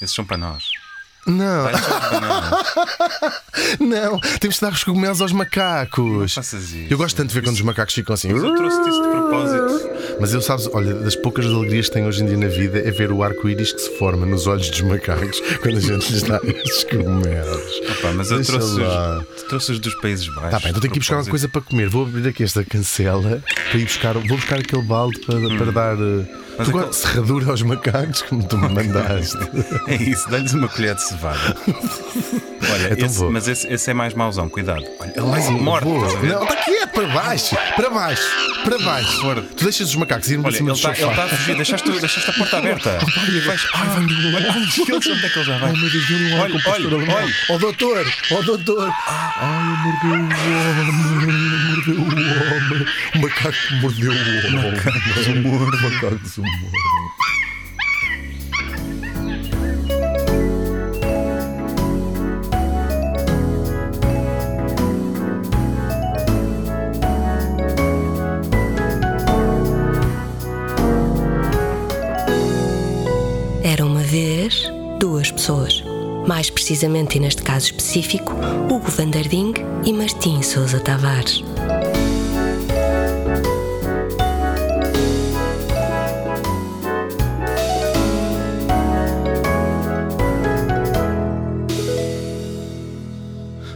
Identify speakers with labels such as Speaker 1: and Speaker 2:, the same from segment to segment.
Speaker 1: Esses são para nós.
Speaker 2: Não,
Speaker 1: Vai, são para nós.
Speaker 2: não, temos de dar os cogumelos aos macacos.
Speaker 1: Não faças isso.
Speaker 2: Eu gosto tanto de ver quando os macacos ficam assim.
Speaker 1: Mas eu trouxe-te isso de propósito.
Speaker 2: Mas eu sabes, olha, das poucas alegrias que tenho hoje em dia na vida é ver o arco-íris que se forma nos olhos dos macacos quando a gente lhes dá esses cogumelos.
Speaker 1: Pá, mas eu
Speaker 2: Deixa lá.
Speaker 1: trouxe-os trouxe os dos Países Baixos.
Speaker 2: Tá bem, então tenho que ir buscar alguma coisa para comer. Vou abrir aqui esta cancela para ir buscar, um- vou buscar aquele balde para, para dar eh,
Speaker 1: Hum. Mas
Speaker 2: tu
Speaker 1: aquele-
Speaker 2: gosta- serradura aos macacos como tu me mandaste.
Speaker 1: É isso, dá-lhes uma colher de cevada. Olha,
Speaker 2: É tão
Speaker 1: esse-
Speaker 2: boa.
Speaker 1: mas esse, esse é mais mauzão, cuidado. Olha, ele
Speaker 2: Mais um
Speaker 1: morte.
Speaker 2: boa.
Speaker 1: estás a ver?
Speaker 2: Não, está quieto, para baixo, para baixo, para baixo.
Speaker 1: Morto.
Speaker 2: Tu deixas os macacos irem para
Speaker 1: Olha, ele
Speaker 2: cima do
Speaker 1: está
Speaker 2: sofá.
Speaker 1: tá a fugir, deixaste, deixaste a porta aberta. Vais- Ah, vai olha, olha, onde é que ele já vai?
Speaker 2: Ai, meu Deus, viram um
Speaker 1: Olha,
Speaker 2: ar
Speaker 1: olha, olha.
Speaker 2: Ó doutor, ó doutor. Ai, mordeu o homem, mordeu o homem. O macaco mordeu o homem. Macacos humor, macacos humor.
Speaker 3: Era uma vez duas pessoas. Mais precisamente, e neste caso específico, Hugo Vandarding e Martim Sousa Tavares.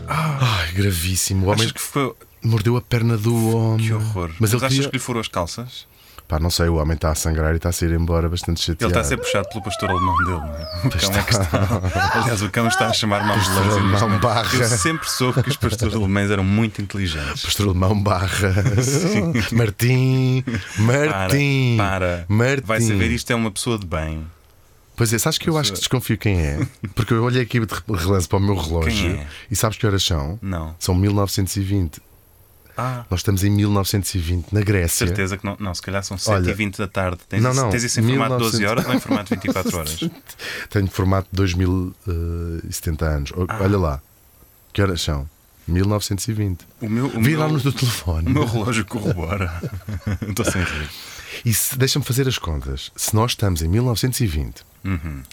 Speaker 2: Ai, gravíssimo. O homem
Speaker 1: Achas que foi.
Speaker 2: mordeu a perna do homem.
Speaker 1: Que horror.
Speaker 2: Mas ele
Speaker 1: achas
Speaker 2: queria...
Speaker 1: que lhe foram as calças?
Speaker 2: Pá, não sei, o homem está a sangrar e está a sair embora bastante
Speaker 1: Ele
Speaker 2: chateado.
Speaker 1: está a ser puxado pelo pastor alemão dele, não é? O cão é
Speaker 2: está.
Speaker 1: que está. Aliás, o cão está a chamar mãos de
Speaker 2: Pastor alemão barra.
Speaker 1: Eu sempre soube que os pastores alemães eram muito inteligentes.
Speaker 2: Pastor Alemão barra. Martim, Martim,
Speaker 1: para, para.
Speaker 2: Martim.
Speaker 1: Vai saber, isto é uma pessoa de bem.
Speaker 2: Pois é, sabes que eu acho que desconfio quem é? Porque eu olhei aqui de relance para o meu relógio
Speaker 1: Quem é?
Speaker 2: e sabes que horas são?
Speaker 1: Não.
Speaker 2: São 1920.
Speaker 1: Ah,
Speaker 2: Nós estamos em 1920, na Grécia.
Speaker 1: certeza que não. Não, se calhar são
Speaker 2: Olha.
Speaker 1: 7h20 da tarde. Tens,
Speaker 2: Não,
Speaker 1: isso-
Speaker 2: não,
Speaker 1: tens isso em formato 12
Speaker 2: 1900.
Speaker 1: horas ou em formato 24 horas?
Speaker 2: Tenho formato de 2070 anos. O-
Speaker 1: Ah.
Speaker 2: Olha lá. Que horas são? 1920.
Speaker 1: O meu, o
Speaker 2: Vi lá
Speaker 1: meu-
Speaker 2: no teu
Speaker 1: O
Speaker 2: telefone.
Speaker 1: meu relógio corrobora. Estou sem rir.
Speaker 2: E se- deixa-me fazer as contas. Se nós estamos em 1920,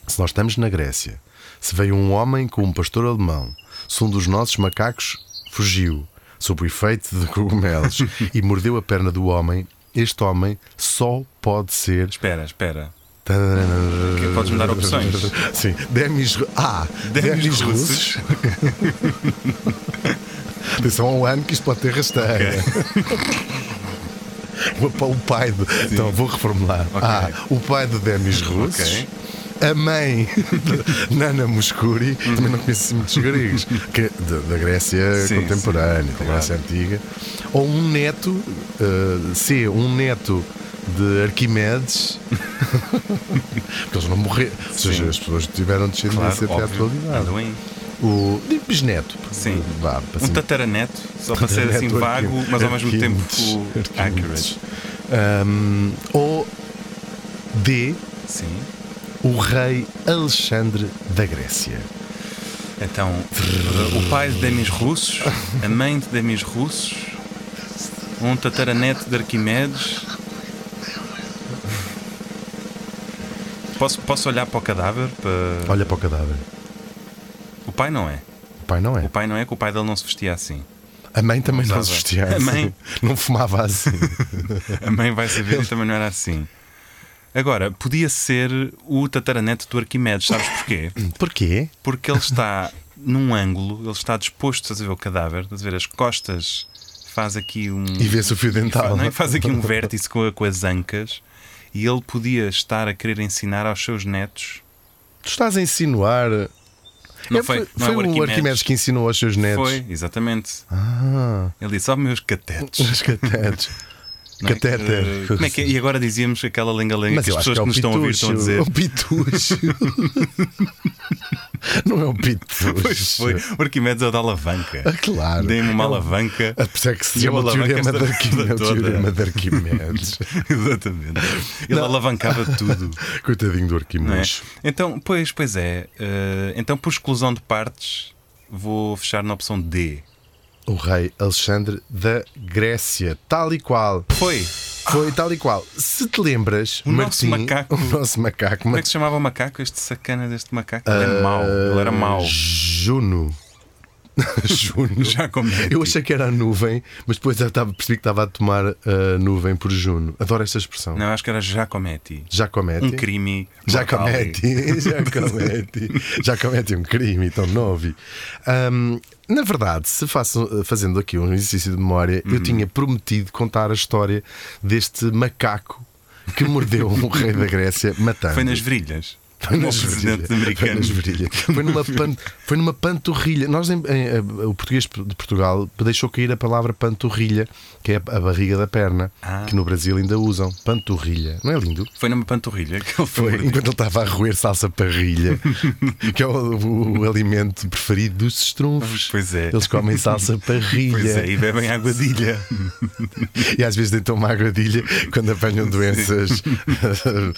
Speaker 2: se nós estamos na Grécia, se veio um homem com um pastor alemão, se um dos nossos macacos fugiu sob o efeito de cogumelos e mordeu a perna do homem, este homem só pode ser.
Speaker 1: Espera, espera.
Speaker 2: Eh,
Speaker 1: Podes-me dar opções?
Speaker 2: Sim. Demis. A.
Speaker 1: Demis
Speaker 2: Demis russos. Atenção ao ano que isto pode ter rasteira. O pa- O pai de. Então, vou reformular. A. O pai de Demis russos.
Speaker 1: Ok.
Speaker 2: A mãe de Nana Moscuri, também não conheço assim muitos gregos, que, da, da Grécia
Speaker 1: Uhum. Sim,
Speaker 2: contemporânea,
Speaker 1: sim,
Speaker 2: da Grécia antiga, ou um neto, eh, C, um neto de Arquimedes, porque eles não morreram, ou seja,
Speaker 1: Sim.
Speaker 2: as pessoas tiveram
Speaker 1: Claro,
Speaker 2: descendência até à
Speaker 1: óbvio.
Speaker 2: atualidade.
Speaker 1: Andam aí.
Speaker 2: O digo bisneto, porque
Speaker 1: Sim.
Speaker 2: vá, para
Speaker 1: Um
Speaker 2: cima.
Speaker 1: tataraneto, só para ser assim
Speaker 2: Neto
Speaker 1: vago,
Speaker 2: Arquim-
Speaker 1: mas ao mesmo tempo
Speaker 2: Arquimedes. Arquimedes.
Speaker 1: accurate.
Speaker 2: Ahm, ou D,
Speaker 1: Sim.
Speaker 2: o rei Alexandre da Grécia.
Speaker 1: Então, o pai de Demis Russos, a mãe de Demis Russos, um tataraneto de Arquimedes. Posso, posso olhar para o cadáver? Para-
Speaker 2: Olha para o cadáver.
Speaker 1: O pai não é.
Speaker 2: O pai não é.
Speaker 1: O pai não é que o pai dele não se vestia assim.
Speaker 2: A mãe também não
Speaker 1: Usava.
Speaker 2: se vestia
Speaker 1: A
Speaker 2: assim.
Speaker 1: mãe-
Speaker 2: Não fumava assim.
Speaker 1: A mãe vai saber que também não era assim. Agora, podia ser o tataraneto do Arquimedes, sabes porquê?
Speaker 2: Porquê?
Speaker 1: Porque ele está num ângulo, ele está disposto, estás a ver o cadáver, estás a ver as costas, faz aqui um.
Speaker 2: E vê-se o fio dental.
Speaker 1: Não, e faz aqui um vértice com, a- com as ancas e ele podia estar a querer ensinar aos seus netos.
Speaker 2: Tu estás a insinuar.
Speaker 1: Não
Speaker 2: É,
Speaker 1: foi, não
Speaker 2: foi
Speaker 1: é o Arquimedes.
Speaker 2: que ensinou aos seus netos.
Speaker 1: Foi, exatamente.
Speaker 2: Ah,
Speaker 1: Ele disse: Ó, meus catetes.
Speaker 2: os catetes.
Speaker 1: não é?
Speaker 2: Catéter.
Speaker 1: Que- como é que é? E agora dizíamos aquela lenga-lenga
Speaker 2: Mas
Speaker 1: que as
Speaker 2: eu acho
Speaker 1: pessoas
Speaker 2: que é
Speaker 1: que
Speaker 2: o
Speaker 1: nos estão a ouvir
Speaker 2: pitucho.
Speaker 1: estão a dizer.
Speaker 2: É o pitucho. não é o pitucho.
Speaker 1: Pois foi, o Arquimedes é o da alavanca.
Speaker 2: Ah, claro.
Speaker 1: Dei-me uma
Speaker 2: É o-
Speaker 1: alavanca.
Speaker 2: Apesar que se
Speaker 1: Deu
Speaker 2: chama o
Speaker 1: alavanca
Speaker 2: teorema de
Speaker 1: esta-
Speaker 2: Arquimedes.
Speaker 1: toda.
Speaker 2: O teorema de Arquimedes.
Speaker 1: Exatamente. Ele alavancava tudo.
Speaker 2: Coitadinho do
Speaker 1: não é?
Speaker 2: Arquimedes.
Speaker 1: Então, pois, pois é. eh, então, por exclusão de partes, vou fechar na opção D.
Speaker 2: O rei Alexandre da Grécia, tal e qual.
Speaker 1: Foi!
Speaker 2: Foi tal e qual. Se te lembras,
Speaker 1: O nosso
Speaker 2: Martim,
Speaker 1: macaco.
Speaker 2: o nosso macaco,
Speaker 1: Como
Speaker 2: Ma-
Speaker 1: é que se chamava o macaco? Este sacana deste macaco? Ele era mau. Ele era mau.
Speaker 2: Ah, Juno. Juno.
Speaker 1: Já cometi.
Speaker 2: Eu achei que era a nuvem, mas depois eu estava, percebi que estava a tomar a nuvem por Juno. Adoro esta expressão.
Speaker 1: Não, acho que era já cometi.
Speaker 2: Já comete?
Speaker 1: Um crime.
Speaker 2: Já
Speaker 1: mortal.
Speaker 2: comete, já comete, já comete um crime tão novo. Hum, na verdade, se faço, fazendo aqui um exercício de memória,
Speaker 1: Uhum.
Speaker 2: eu tinha prometido contar a história deste macaco que mordeu um rei da Grécia matando.
Speaker 1: Foi nas virilhas.
Speaker 2: Foi nas
Speaker 1: O
Speaker 2: virilhas.
Speaker 1: presidente
Speaker 2: Foi,
Speaker 1: americano.
Speaker 2: nas virilhas. Foi numa, pan- foi numa panturrilha. Nós, em- em- eh, o português de Portugal deixou cair a palavra panturrilha, que é a barriga da perna,
Speaker 1: Ah.
Speaker 2: que no Brasil ainda usam. Panturrilha. Não é lindo?
Speaker 1: Foi numa panturrilha que ele foi.
Speaker 2: Foi
Speaker 1: mordido.
Speaker 2: enquanto ele estava a roer salsa parrilha, que é o, o- o alimento preferido dos estrunfos.
Speaker 1: Pois é.
Speaker 2: Eles comem salsa parrilha.
Speaker 1: Pois é, e bebem aguadilha.
Speaker 2: E às vezes deitam uma agradilha quando apanham doenças eh,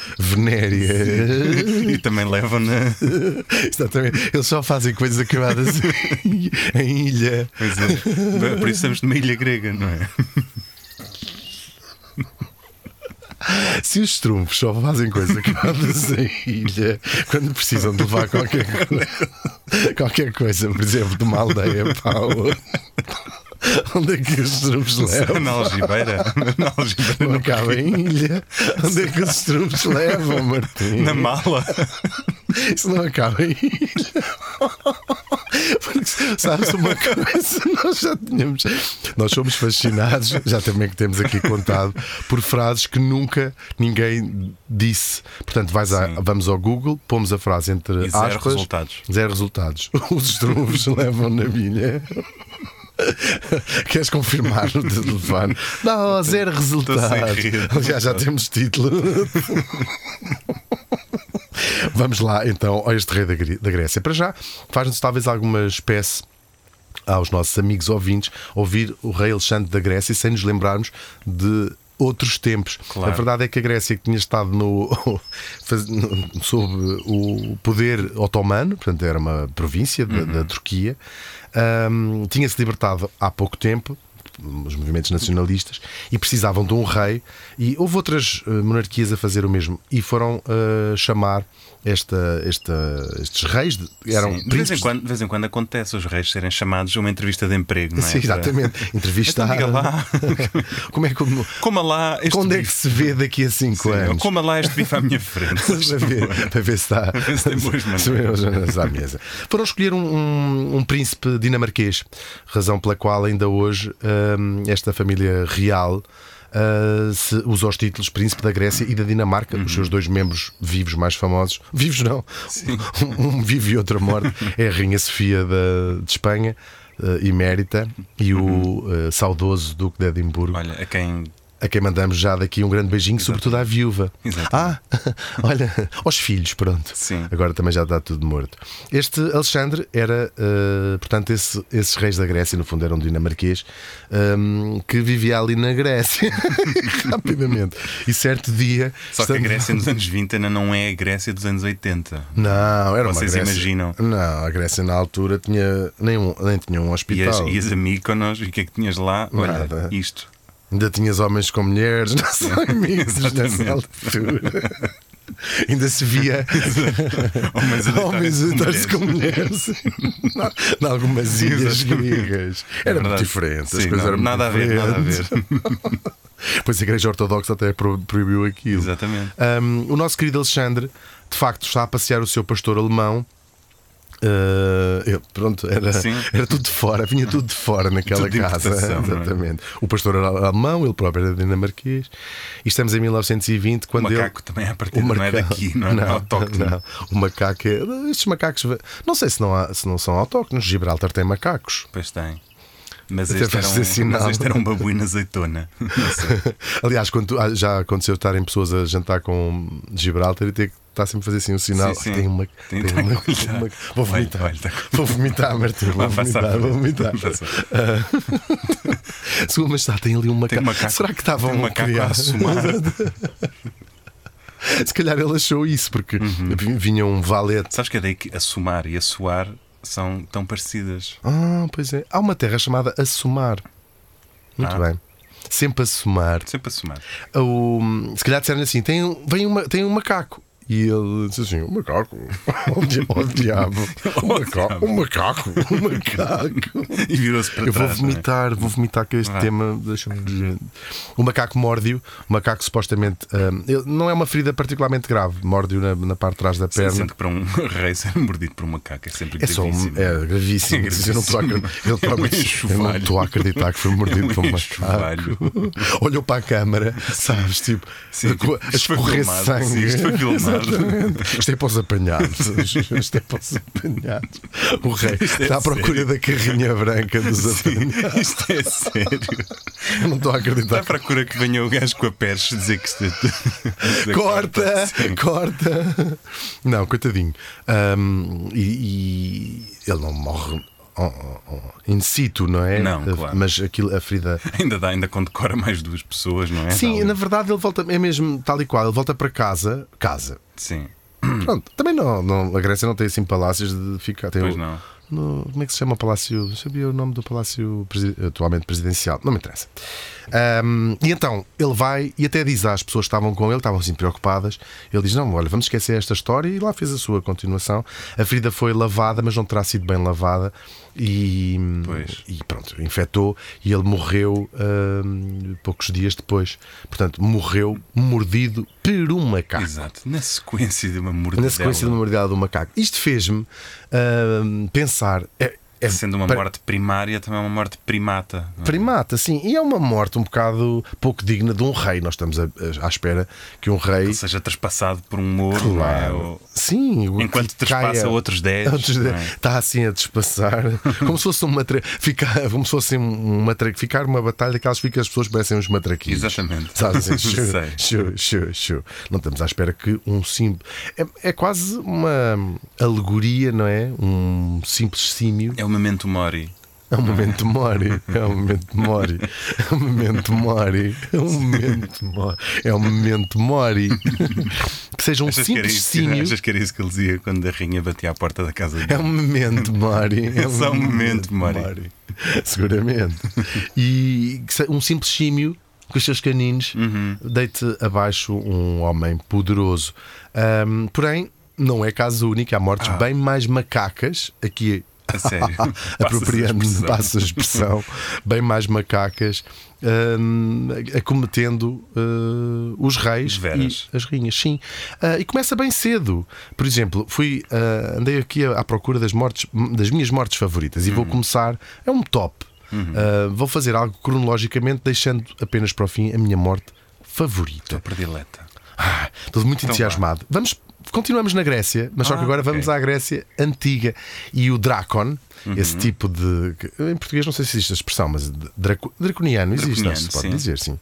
Speaker 1: e
Speaker 2: venéreas.
Speaker 1: também levam na.
Speaker 2: Exatamente. Eles só fazem coisas acabadas em- em ilha.
Speaker 1: Pois é. Por isso estamos numa ilha grega, não é?
Speaker 2: Se os trunfos só fazem coisas acabadas em ilha quando precisam de levar qualquer, co- qualquer coisa, por exemplo, de uma aldeia para a outra, onde é que os trunfos levam?
Speaker 1: Na algibeira. Na algibeira.
Speaker 2: Não
Speaker 1: não-
Speaker 2: acaba em ilha. Onde é que os trunfos levam, Martim?
Speaker 1: Na mala.
Speaker 2: Isso não acaba aí. Porque, sabes uma coisa, nós já tínhamos. Nós somos fascinados, já também que temos aqui contado, por frases que nunca ninguém disse. Portanto, vais a- vamos ao Google, pomos a frase entre
Speaker 1: E zero
Speaker 2: aspas.
Speaker 1: resultados.
Speaker 2: Zero resultados. Os estruvos levam na bilha. Queres confirmar no telefone? Não, zero resultados.
Speaker 1: rir.
Speaker 2: Aliás, já temos título. Vamos lá então a este rei da Gre- da Grécia. Para já, faz-nos talvez alguma espécie aos nossos amigos ouvintes ouvir o rei Alexandre da Grécia sem nos lembrarmos de outros tempos.
Speaker 1: Claro.
Speaker 2: A verdade é que a Grécia que tinha estado no, faz- no- sob o poder otomano, portanto era uma província da,
Speaker 1: Uhum.
Speaker 2: da Turquia, hum, tinha-se libertado há pouco tempo os movimentos nacionalistas e precisavam de um rei e houve outras eh, monarquias a fazer o mesmo e foram eh, chamar esta, esta- estes reis de- eram
Speaker 1: Sim. de, vez
Speaker 2: príncipes
Speaker 1: em quando, de vez em quando acontece os reis serem chamados a uma entrevista de emprego, não é?
Speaker 2: Sim, exatamente. Entrevistar.
Speaker 1: Então diga lá.
Speaker 2: Como é que. Como,
Speaker 1: Coma lá este
Speaker 2: quando é que
Speaker 1: bife.
Speaker 2: se vê daqui a 5
Speaker 1: Sim,
Speaker 2: anos?
Speaker 1: Coma lá este bife à minha frente.
Speaker 2: para, ver, para ver se está.
Speaker 1: ver se tem boas maneiras.
Speaker 2: se tem boas maneiras à mesa. Foram escolher um, um- um príncipe dinamarquês, razão pela qual ainda hoje hum, esta família real. hum, se usa os títulos Príncipe da Grécia e da Dinamarca,
Speaker 1: Uhum.
Speaker 2: os seus dois membros vivos mais famosos, vivos não, um, um vivo e outro morto, é a Rainha Sofia da, de Espanha, eh, emérita, e o
Speaker 1: Uhum.
Speaker 2: eh, saudoso Duque de Edimburgo
Speaker 1: Olha, a quem.
Speaker 2: a quem mandamos já daqui um grande beijinho, sobretudo à viúva.
Speaker 1: Exatamente.
Speaker 2: Ah, olha, aos filhos, pronto.
Speaker 1: Sim.
Speaker 2: Agora também já está tudo morto. Este Alexandre era, eh, portanto, esse- esses reis da Grécia, no fundo era um dinamarquês, ehm, que vivia ali na Grécia, rapidamente. E certo dia.
Speaker 1: Só que a
Speaker 2: estando-
Speaker 1: Grécia nos anos 20 ainda não é a Grécia dos anos 80.
Speaker 2: Não, era uma
Speaker 1: Vocês
Speaker 2: Grécia.
Speaker 1: imaginam?
Speaker 2: Não, a Grécia na altura tinha nem, um- nem tinha um
Speaker 1: E as,
Speaker 2: hospital.
Speaker 1: e as Amíconos, e o que é que tinhas lá? Olha,
Speaker 2: Nada.
Speaker 1: isto.
Speaker 2: Ainda tinhas homens com mulheres, não são amigos
Speaker 1: Exatamente.
Speaker 2: nessa altura. Ainda se via
Speaker 1: Homens a
Speaker 2: homens
Speaker 1: deitarem-se
Speaker 2: a deitar-se
Speaker 1: com
Speaker 2: com
Speaker 1: mulheres.
Speaker 2: mulheres em algumas ilhas
Speaker 1: Exatamente.
Speaker 2: gregas. Era muito
Speaker 1: É verdade.
Speaker 2: diferente. as
Speaker 1: Sim,
Speaker 2: coisas
Speaker 1: não,
Speaker 2: eram muito
Speaker 1: nada a ver, nada a
Speaker 2: diferentes.
Speaker 1: ver.
Speaker 2: Pois a Igreja Ortodoxa até pro- proibiu aquilo.
Speaker 1: Exatamente.
Speaker 2: Um, o nosso querido Alexandre, de facto, está a passear o seu pastor alemão. Uh, ele, pronto, era,
Speaker 1: Sim.
Speaker 2: era tudo de fora, vinha tudo de fora naquela
Speaker 1: Tudo de
Speaker 2: casa.
Speaker 1: importação, não é?
Speaker 2: Exatamente. O pastor era alemão, ele próprio era dinamarquês. E estamos em 1920,
Speaker 1: O
Speaker 2: quando ele.
Speaker 1: macaco também é a partida, não é
Speaker 2: macaco-
Speaker 1: daqui, não é
Speaker 2: não,
Speaker 1: autóctone.
Speaker 2: não. O macaco é. Estes macacos. Não sei se não, há- se não são autóctonos. Gibraltar tem macacos.
Speaker 1: Pois tem. Mas
Speaker 2: Até
Speaker 1: este, era
Speaker 2: faz-se
Speaker 1: um,
Speaker 2: sinal.
Speaker 1: mas este era um babuíno azeitona. Não sei.
Speaker 2: Aliás, quando tu- ah, já aconteceu estarem pessoas a jantar com Gibraltar e ter que estar sempre a fazer assim um sinal.
Speaker 1: Sim, sim.
Speaker 2: Tem uma.
Speaker 1: Tem-
Speaker 2: Tem,
Speaker 1: tem
Speaker 2: uma,
Speaker 1: que olhar.
Speaker 2: uma-
Speaker 1: Olha,
Speaker 2: Vou vomitar.
Speaker 1: olha, tá-
Speaker 2: Vou vomitar, Martim. Vou
Speaker 1: Vá, passa à
Speaker 2: vomitar, vou
Speaker 1: frente.
Speaker 2: vomitar.
Speaker 1: Passa à frente.
Speaker 2: Segunda, mas está, tem ali um
Speaker 1: Tem
Speaker 2: macaco.
Speaker 1: um macaco-
Speaker 2: Será que estavam
Speaker 1: tem um
Speaker 2: a
Speaker 1: macaco
Speaker 2: criar?
Speaker 1: a assumar.
Speaker 2: Se calhar ele achou isso, porque
Speaker 1: Uhum.
Speaker 2: vi- vinha um valete.
Speaker 1: Sabes que é daí que assumar e assoar são tão parecidas.
Speaker 2: Ah, pois é. Há uma terra chamada Assumar. Muito
Speaker 1: Ah.
Speaker 2: bem. sempre a somar.
Speaker 1: Sempre a somar.
Speaker 2: O, se calhar disseram assim: tem, um- vem uma, tem um macaco. E ele disse assim: o macaco, o di- o diabo, o macaco, o macaco, o macaco.
Speaker 1: E virou-se para
Speaker 2: Eu vou
Speaker 1: trás. não é? Ah.
Speaker 2: vomitar, vou vomitar com este tema. Deixa-me. O macaco morde-o. O macaco supostamente. hum, ele- não é uma ferida particularmente grave. Morde-o na, na parte de trás da
Speaker 1: Sim,
Speaker 2: perna.
Speaker 1: sendo que para um rei ser mordido por um macaco é sempre
Speaker 2: É só um-
Speaker 1: gravíssimo.
Speaker 2: é gravíssimo.
Speaker 1: É
Speaker 2: Eu não estou a acreditar,
Speaker 1: gravíssimo.
Speaker 2: eu
Speaker 1: É um
Speaker 2: prometo, eu não
Speaker 1: enxovalho.
Speaker 2: estou a acreditar que foi mordido
Speaker 1: É um
Speaker 2: por um
Speaker 1: enxovalho.
Speaker 2: macaco. Olhou para a câmara, sabes, tipo,
Speaker 1: Sim,
Speaker 2: a, co-
Speaker 1: tipo,
Speaker 2: a
Speaker 1: isto foi
Speaker 2: escorrer
Speaker 1: filmado,
Speaker 2: sangue.
Speaker 1: sim, isto foi filmado.
Speaker 2: Exatamente. Isto é para os apanhados. Isto é para os apanhados. O rei está à procura da carrinha branca dos
Speaker 1: é Sim,
Speaker 2: apanhados.
Speaker 1: isto é sério.
Speaker 2: Eu não estou a
Speaker 1: Está à
Speaker 2: acreditar.
Speaker 1: procura que venha o gajo com a perche dizer que isto é. dizer que
Speaker 2: Corta,
Speaker 1: Sim.
Speaker 2: corta. Não, coitadinho. Ahm, e, e ele não morre oh, oh, oh, in situ, não é?
Speaker 1: Não,
Speaker 2: Ah,
Speaker 1: claro.
Speaker 2: Mas aquilo, a ferida.
Speaker 1: Ainda dá, ainda condecora mais duas pessoas, não é?
Speaker 2: Sim,
Speaker 1: Dá
Speaker 2: na
Speaker 1: ali-
Speaker 2: verdade ele volta, é mesmo tal e qual, ele volta para casa, casa.
Speaker 1: Sim.
Speaker 2: Pronto, também não, não- a Grécia não tem assim palácios de ficar. Tem
Speaker 1: Pois
Speaker 2: o-
Speaker 1: não.
Speaker 2: no- como é que se chama o palácio? Sabia o nome do palácio presi- atualmente presidencial? Não me interessa. Ahm, e então ele vai e até diz às pessoas que estavam com ele, estavam assim preocupadas. Ele diz: Não, olha, vamos esquecer esta história. E lá fez a sua continuação. A ferida foi lavada, mas não terá sido bem lavada. E,
Speaker 1: Pois.
Speaker 2: e pronto, infectou e ele morreu ahm, poucos dias depois. Portanto, morreu mordido por um macaco.
Speaker 1: Exato. Na sequência de uma mordidela.
Speaker 2: Na sequência de uma mordida do macaco. Isto fez-me ahm, pensar. É, é-
Speaker 1: Sendo uma
Speaker 2: pa-
Speaker 1: morte primária, também é uma morte primata. não é?
Speaker 2: Primata, sim. E é uma morte um bocado pouco digna de um rei. Nós estamos a- a- à espera que um rei.
Speaker 1: Ou seja, trespassado por um muro, não é?
Speaker 2: Claro.
Speaker 1: Ou-
Speaker 2: Sim, o-
Speaker 1: Enquanto
Speaker 2: que caia-
Speaker 1: trespassa outros 10.
Speaker 2: outros
Speaker 1: não é?
Speaker 2: dez. Está assim a despassar, como se fosse uma tra... ficar, como se fosse um matra- ficar uma batalha daquelas que as pessoas parecem uns matraquinhos.
Speaker 1: Exatamente.
Speaker 2: Sabes? Assim,
Speaker 1: Sei.
Speaker 2: shoo, shoo, shoo, shoo. Não estamos à espera que um simples. É, é quase uma alegoria, não é? Um simples símio.
Speaker 1: É o momento Mori.
Speaker 2: É um momento mori, é um momento mori, é um momento mori, é um momento mori, é um momento mori. Que seja um
Speaker 1: Achas que, era
Speaker 2: simples
Speaker 1: isso, que-
Speaker 2: símio.
Speaker 1: achas que era isso que ele dizia quando a rainha batia à porta da casa dele?
Speaker 2: É um momento mori.
Speaker 1: É só um momento mori.
Speaker 2: Seguramente. E que se- um simples símio com os seus caninos
Speaker 1: Uhum.
Speaker 2: deite abaixo um homem poderoso. Ahm, porém, não é caso único, há mortes
Speaker 1: Ah.
Speaker 2: bem mais macacas aqui.
Speaker 1: A sério.
Speaker 2: apropriando-me,
Speaker 1: Passas a expressão.
Speaker 2: passo a expressão, bem mais macacas, hum, acometendo uh, os reis
Speaker 1: Veras.
Speaker 2: e as rainhas. Sim. Ah, e começa bem cedo. Por exemplo, fui, ah, andei aqui à procura das, mortes, das minhas mortes favoritas e
Speaker 1: Uhum.
Speaker 2: vou começar. É um top. Ah, vou fazer algo cronologicamente, deixando apenas para o fim a minha morte favorita.
Speaker 1: Estou predileta.
Speaker 2: Ah, estou muito
Speaker 1: Então
Speaker 2: entusiasmado. Vamos, continuamos na Grécia, mas só
Speaker 1: Ah,
Speaker 2: que agora
Speaker 1: ok. Uhum.
Speaker 2: vamos à Grécia antiga. E o Dracon, esse tipo de. que- Em português não sei se existe a expressão, mas de- draco- draconiano existe,
Speaker 1: Draconiano,
Speaker 2: não se pode
Speaker 1: sim.
Speaker 2: dizer, sim.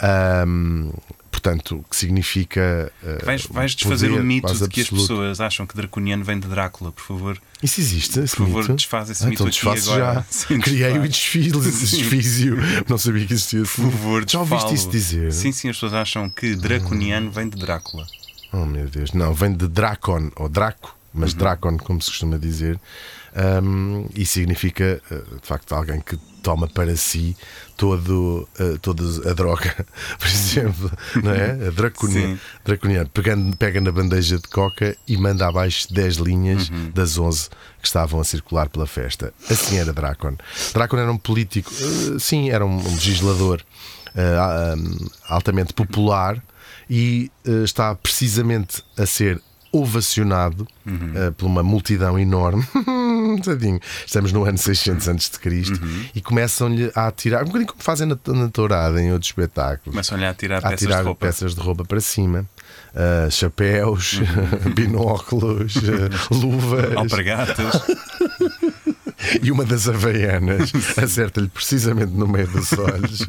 Speaker 2: Ahm, portanto, que significa. ah,
Speaker 1: Vais, vais desfazer
Speaker 2: poder
Speaker 1: o mito
Speaker 2: quase
Speaker 1: de que as
Speaker 2: absoluto.
Speaker 1: pessoas acham que Draconiano vem de Drácula, por favor.
Speaker 2: Isso existe, esse
Speaker 1: Por favor,
Speaker 2: mito?
Speaker 1: desfaz esse
Speaker 2: Ah,
Speaker 1: mito
Speaker 2: então
Speaker 1: aqui
Speaker 2: desfaço
Speaker 1: agora.
Speaker 2: já.
Speaker 1: Sim,
Speaker 2: Criei o
Speaker 1: desfaz.
Speaker 2: desfile, desfizio. Não sabia que existia esse
Speaker 1: Por favor,
Speaker 2: mito. Já ouviste
Speaker 1: desfalo.
Speaker 2: isso dizer?
Speaker 1: Sim, sim, as pessoas acham que Draconiano vem de Drácula.
Speaker 2: Oh meu Deus, não, vem de Dracon ou Draco, mas Dracon, como se costuma dizer, hum, e significa eh, de facto alguém que toma para si todo, eh, toda a droga, por exemplo, não é? A draconia,
Speaker 1: Sim.
Speaker 2: draconiano, pegando, pega na bandeja de coca e manda abaixo 10 linhas das 11 que estavam a circular pela festa. Assim era Dracon. Dracon era um político, eh, sim, era um legislador eh, ah, hum, altamente popular e eh, está precisamente a ser ovacionado eh, por uma multidão enorme. Tadinho. Estamos no ano 600 antes de Cristo e começam-lhe a atirar, um bocadinho como fazem na, na tourada em outros espetáculos
Speaker 1: Começam a tirar
Speaker 2: a
Speaker 1: peças
Speaker 2: tirar
Speaker 1: de roupa.
Speaker 2: peças de roupa para cima. Ah, chapéus, binóculos, ah, luvas
Speaker 1: Alpargatas.
Speaker 2: e uma das havaianas acerta-lhe precisamente no meio dos olhos,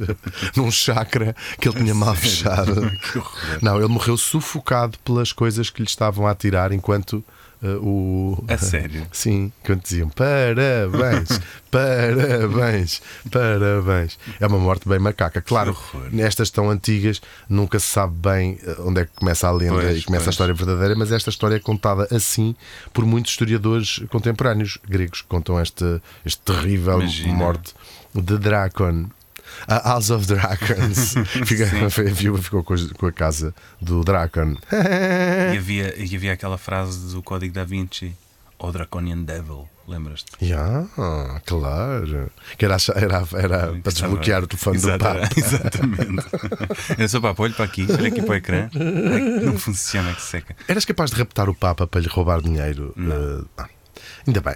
Speaker 2: num chakra que ele tinha mal fechado.
Speaker 1: Que horror.
Speaker 2: Não, ele morreu sufocado pelas coisas que lhe estavam a atirar enquanto ah, o.
Speaker 1: A sério?
Speaker 2: Sim, enquanto diziam parabéns, parabéns, parabéns. É uma morte bem macaca. Claro,
Speaker 1: Que horror.
Speaker 2: nestas tão antigas nunca se sabe bem eh, onde é que começa a lenda
Speaker 1: Pois,
Speaker 2: e começa a
Speaker 1: pois.
Speaker 2: história verdadeira, mas esta história é contada assim por muitos historiadores contemporâneos gregos que contam este, este terrível
Speaker 1: Imagina.
Speaker 2: morte de Drácon. A House of Dragons. Fica, a viúva ficou com, as- com a casa do Dracan.
Speaker 1: E havia, e havia aquela frase do Código da Vinci: O Draconian Devil, lembras-te?
Speaker 2: yeah, claro. Que era, a cha- era, era
Speaker 1: Que
Speaker 2: para
Speaker 1: estava-
Speaker 2: desbloquear o telefone do
Speaker 1: Exata-
Speaker 2: Papa.
Speaker 1: Exatamente. Era só para olho para aqui, olha aqui para o ecrã. É que não funciona, é que seca.
Speaker 2: Eras capaz de raptar o Papa para lhe roubar dinheiro? Eh, não. Ainda bem.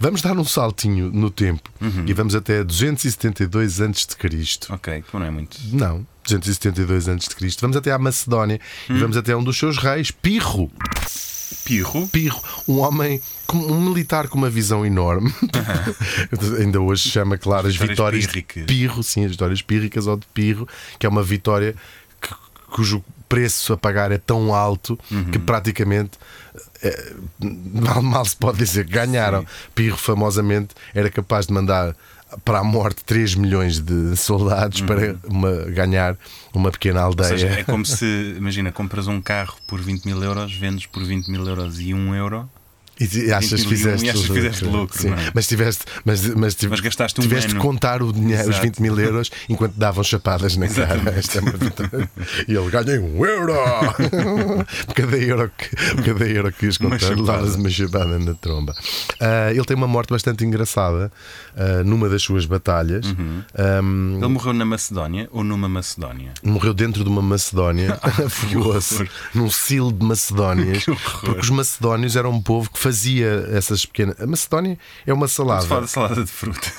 Speaker 2: vamos dar um saltinho no tempo e vamos até 272 antes de Cristo.
Speaker 1: Ok, que não é muito.
Speaker 2: Não, 272 antes de Cristo. Vamos até à Macedónia e vamos até um dos seus reis, Pirro.
Speaker 1: Pirro.
Speaker 2: Pirro, um homem, com- um militar com uma visão enorme. Ainda hoje chama, claro, as
Speaker 1: Vitórias
Speaker 2: vitórias
Speaker 1: pírricas.
Speaker 2: de Pirro, sim, as vitórias pírricas ou de Pirro, que é uma vitória que- cujo preço a pagar é tão alto que
Speaker 1: Uhum.
Speaker 2: praticamente eh, mal, mal se pode dizer que ganharam. Pirro, famosamente, era capaz de mandar para a morte 3 milhões de soldados para uma- ganhar uma pequena
Speaker 1: Uhum. Ou
Speaker 2: aldeia.
Speaker 1: seja, é como se, imagina, compras um carro por 20 mil euros, vendes por 20 mil euros e 1 euro.
Speaker 2: E te- achas
Speaker 1: 21
Speaker 2: que
Speaker 1: e
Speaker 2: fizeste,
Speaker 1: achas que fizeste lucro,
Speaker 2: Sim,
Speaker 1: não é?
Speaker 2: Mas tiveste, mas, mas, tive-
Speaker 1: Mas gastaste um
Speaker 2: tiveste
Speaker 1: ano.
Speaker 2: de contar o dinheiro, os
Speaker 1: Exato.
Speaker 2: 20 mil euros enquanto davam chapadas na cara. Esta é uma vitória. e ele ganhei um euro! Por cada euro que, por cada euro que ias contar,
Speaker 1: chapada.
Speaker 2: levavas uma chapada na tromba. Ah, ele tem uma morte bastante engraçada ah, numa das suas batalhas.
Speaker 1: Uhum.
Speaker 2: Ah,
Speaker 1: Ele morreu na Macedónia ou numa Macedónia?
Speaker 2: morreu dentro de uma Macedónia, afogou-se
Speaker 1: horror.
Speaker 2: num silo de Macedónias,
Speaker 1: Que horror.
Speaker 2: porque os macedónios eram um povo que fazia essas pequenas. A Macedónia é uma
Speaker 1: Se fala
Speaker 2: salada.
Speaker 1: de salada de fruta.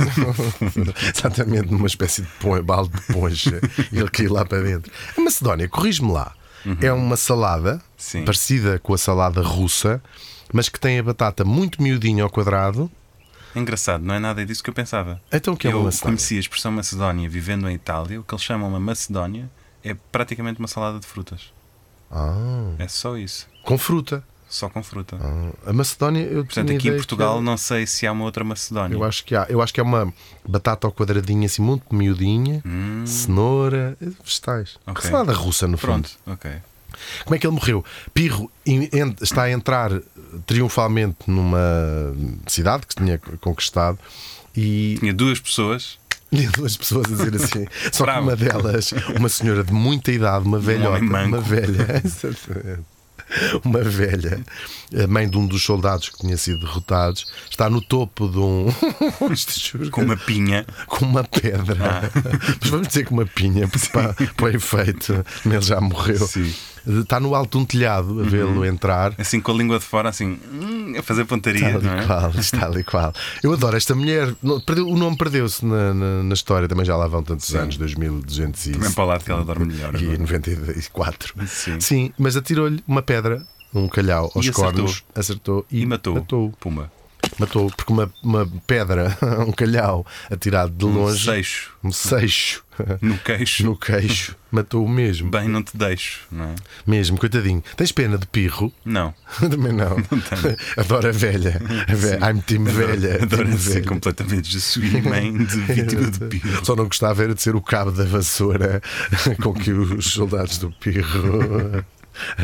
Speaker 2: Exatamente, numa espécie de pon- balde de poncha e ele caiu lá para dentro. A Macedónia, corrige-me lá, é uma salada
Speaker 1: Uhum. Sim.
Speaker 2: parecida com a salada russa, mas que tem a batata muito miudinha ao quadrado.
Speaker 1: Engraçado, não é nada disso que eu pensava.
Speaker 2: Então o que é
Speaker 1: eu
Speaker 2: uma Macedónia?
Speaker 1: conheci a expressão Macedónia vivendo em Itália, o que eles chamam uma Macedónia é praticamente uma salada de frutas.
Speaker 2: Ah,
Speaker 1: É só isso.
Speaker 2: com fruta.
Speaker 1: Só com fruta.
Speaker 2: Ah, A Macedónia, eu
Speaker 1: Portanto,
Speaker 2: tinha
Speaker 1: aqui em
Speaker 2: ideia que
Speaker 1: Portugal
Speaker 2: era-
Speaker 1: não sei se há uma outra Macedónia.
Speaker 2: Eu acho que há. Eu acho que é uma batata ao quadradinho, assim, muito miudinha,
Speaker 1: Hum,
Speaker 2: cenoura, vegetais.
Speaker 1: Ok.
Speaker 2: Salada russa, no fundo.
Speaker 1: Pronto, ok.
Speaker 2: Como é que ele morreu? Pirro in- en- está a entrar triunfalmente numa cidade que tinha conquistado e
Speaker 1: Tinha duas pessoas,
Speaker 2: e duas pessoas a dizer assim. Só que
Speaker 1: Bravo. Um
Speaker 2: uma delas, uma senhora de muita idade, uma velhota,
Speaker 1: homem manco.
Speaker 2: uma velha, exatamente, uma velha, a mãe de um dos soldados que tinha sido derrotados, está no topo de um. Isto juro
Speaker 1: com
Speaker 2: que-
Speaker 1: uma pinha.
Speaker 2: com uma
Speaker 1: Ah.
Speaker 2: pedra. Mas vamos dizer que uma pinha, porque para, para o efeito, ele já morreu.
Speaker 1: Sim.
Speaker 2: Está no alto de um telhado a vê-lo entrar.
Speaker 1: Assim com a língua de fora, assim, hum, a fazer pontaria,
Speaker 2: Tal
Speaker 1: não
Speaker 2: e
Speaker 1: é?
Speaker 2: qual, isto tal e qual. Eu adoro esta mulher. Não, perdeu- o nome perdeu-se na, na- na história, também já lá vão tantos anos,
Speaker 1: Também para
Speaker 2: 2200
Speaker 1: o lado que ela dorme melhor.
Speaker 2: e
Speaker 1: agora. é?
Speaker 2: 94.
Speaker 1: Sim.
Speaker 2: mas atirou-lhe uma pedra, um calhau aos
Speaker 1: acertou.
Speaker 2: cornos, acertou e,
Speaker 1: E matou.
Speaker 2: Matou,
Speaker 1: Pumba.
Speaker 2: matou porque uma, uma pedra, um calhau atirado de
Speaker 1: Um
Speaker 2: longe,
Speaker 1: seixo
Speaker 2: um seixo
Speaker 1: no queixo.
Speaker 2: no queixo, matou o mesmo.
Speaker 1: Bem, não te deixo, não é?
Speaker 2: Mesmo, coitadinho. Tens pena de pirro?
Speaker 1: Não.
Speaker 2: Também não. Adoro a velha. A velha. I'm time velha.
Speaker 1: Adoro
Speaker 2: time
Speaker 1: ser
Speaker 2: velha.
Speaker 1: completamente jesuí, mãe de vítima de pirro.
Speaker 2: Só não gostava era de ser o cabo da vassoura com que os soldados do pirro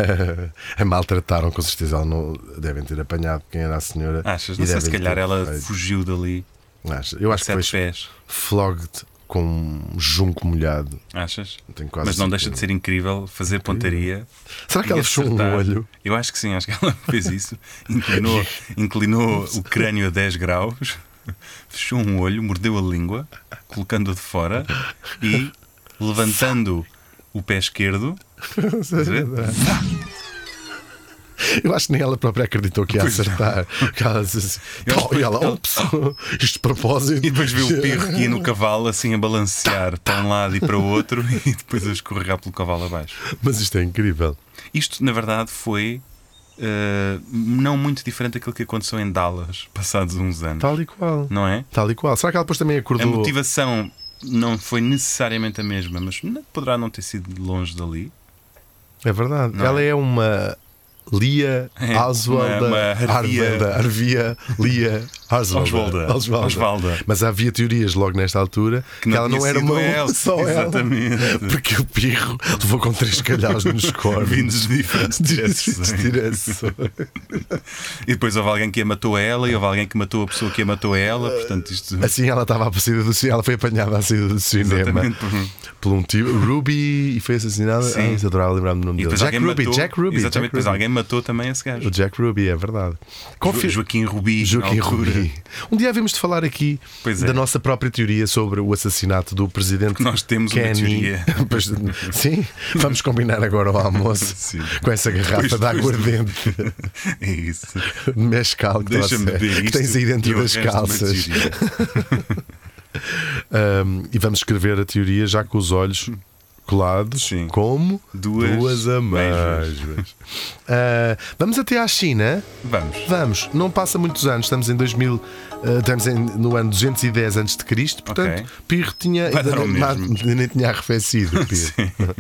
Speaker 2: a maltrataram. Com certeza ela não devem ter apanhado quem era a senhora.
Speaker 1: Achas?
Speaker 2: e
Speaker 1: Não sei, se
Speaker 2: devem
Speaker 1: calhar
Speaker 2: ter
Speaker 1: ela
Speaker 2: feito.
Speaker 1: fugiu dali
Speaker 2: Acho- Eu
Speaker 1: a
Speaker 2: acho que
Speaker 1: sete
Speaker 2: foi
Speaker 1: pés.
Speaker 2: flogged com um junco molhado.
Speaker 1: Achas?
Speaker 2: Tenho quase
Speaker 1: Mas não
Speaker 2: certeza.
Speaker 1: deixa de ser incrível fazer pontaria.
Speaker 2: Será que
Speaker 1: e
Speaker 2: ela fechou um
Speaker 1: acertar.
Speaker 2: olho?
Speaker 1: Eu acho que sim, acho que ela fez isso. Inclinou, inclinou o crânio a 10 graus, fechou um olho, mordeu a língua, colocando-o de fora e levantando o pé esquerdo.
Speaker 2: É
Speaker 1: estás a ver?
Speaker 2: Eu acho que nem ela própria acreditou que ia
Speaker 1: Pois não.
Speaker 2: acertar. Que ela disse assim,
Speaker 1: Eu acho
Speaker 2: "Pau", e ela,
Speaker 1: que-
Speaker 2: ops, isto de propósito.
Speaker 1: E depois vê o pirro que ia no cavalo assim a balancear para um lado e para o outro e depois a escorregar pelo cavalo abaixo.
Speaker 2: Mas isto é incrível.
Speaker 1: Isto, na verdade, foi eh, não muito diferente daquilo que aconteceu em Dallas, passados uns anos,
Speaker 2: Tal e qual.
Speaker 1: não é?
Speaker 2: Tal e qual. Será que ela depois também
Speaker 1: A
Speaker 2: acordou?
Speaker 1: motivação não foi necessariamente a mesma, mas n- poderá não ter sido longe dali.
Speaker 2: É verdade.
Speaker 1: Não
Speaker 2: ela é, uma Lia
Speaker 1: É,
Speaker 2: Oswald
Speaker 1: uma- uma
Speaker 2: Arvia.
Speaker 1: Arvia.
Speaker 2: Arvia Lia
Speaker 1: Oswalda.
Speaker 2: Oswalda.
Speaker 1: Oswalda.
Speaker 2: Mas havia teorias logo nesta altura que,
Speaker 1: Que não
Speaker 2: ela não
Speaker 1: tinha
Speaker 2: era
Speaker 1: sido
Speaker 2: uma
Speaker 1: ela,
Speaker 2: só ela.
Speaker 1: exatamente.
Speaker 2: Porque o pirro levou com três calhaus nos cornos.
Speaker 1: Vindos de diferentes direções.
Speaker 2: direções.
Speaker 1: E depois houve alguém que a matou a ela e houve alguém que matou a pessoa que a matou a ela. Portanto, isto.
Speaker 2: Assim ela estava à saída do cinema, ela foi apanhada à saída do cinema
Speaker 1: Exatamente. por-
Speaker 2: por um tipo Ruby e foi assassinada.
Speaker 1: Sim.
Speaker 2: Ah, isso adorava lembrar-me do nome
Speaker 1: E
Speaker 2: dele.
Speaker 1: depois
Speaker 2: Jack
Speaker 1: alguém
Speaker 2: Ruby,
Speaker 1: matou.
Speaker 2: Jack Ruby.
Speaker 1: Exatamente,
Speaker 2: Jack
Speaker 1: depois
Speaker 2: Ruby.
Speaker 1: alguém matou também esse gajo.
Speaker 2: O Jack Ruby, é verdade.
Speaker 1: Jo-
Speaker 2: Confio-
Speaker 1: Joaquim Rubi.
Speaker 2: Joaquim
Speaker 1: na altura.
Speaker 2: Rubi. Um dia havíamos de falar aqui
Speaker 1: Pois é.
Speaker 2: da nossa própria teoria sobre o assassinato do presidente.
Speaker 1: Nós temos uma
Speaker 2: Kenny.
Speaker 1: teoria.
Speaker 2: Pois, sim, vamos combinar agora o almoço
Speaker 1: Sim.
Speaker 2: com essa garrafa
Speaker 1: Pois,
Speaker 2: de
Speaker 1: pois.
Speaker 2: aguardente
Speaker 1: É isso.
Speaker 2: de mescal que,
Speaker 1: Deixa-me
Speaker 2: trouxe-
Speaker 1: ver
Speaker 2: que
Speaker 1: isto
Speaker 2: tens aí
Speaker 1: e
Speaker 2: dentro
Speaker 1: o
Speaker 2: das
Speaker 1: resto
Speaker 2: calças.
Speaker 1: uma teoria.
Speaker 2: Um, e vamos escrever a teoria já com os olhos colados,
Speaker 1: Sim.
Speaker 2: como
Speaker 1: Duas
Speaker 2: amêijoas. Uh, vamos até à China.
Speaker 1: Vamos.
Speaker 2: Vamos, não passa muitos anos, estamos em 2000, eh, estamos em- no ano 210 antes de Cristo, portanto,
Speaker 1: Ok.
Speaker 2: Pirro tinha
Speaker 1: Vai dar o
Speaker 2: nem- ma-
Speaker 1: mesmo.
Speaker 2: nem tinha arrefecido. Pirro.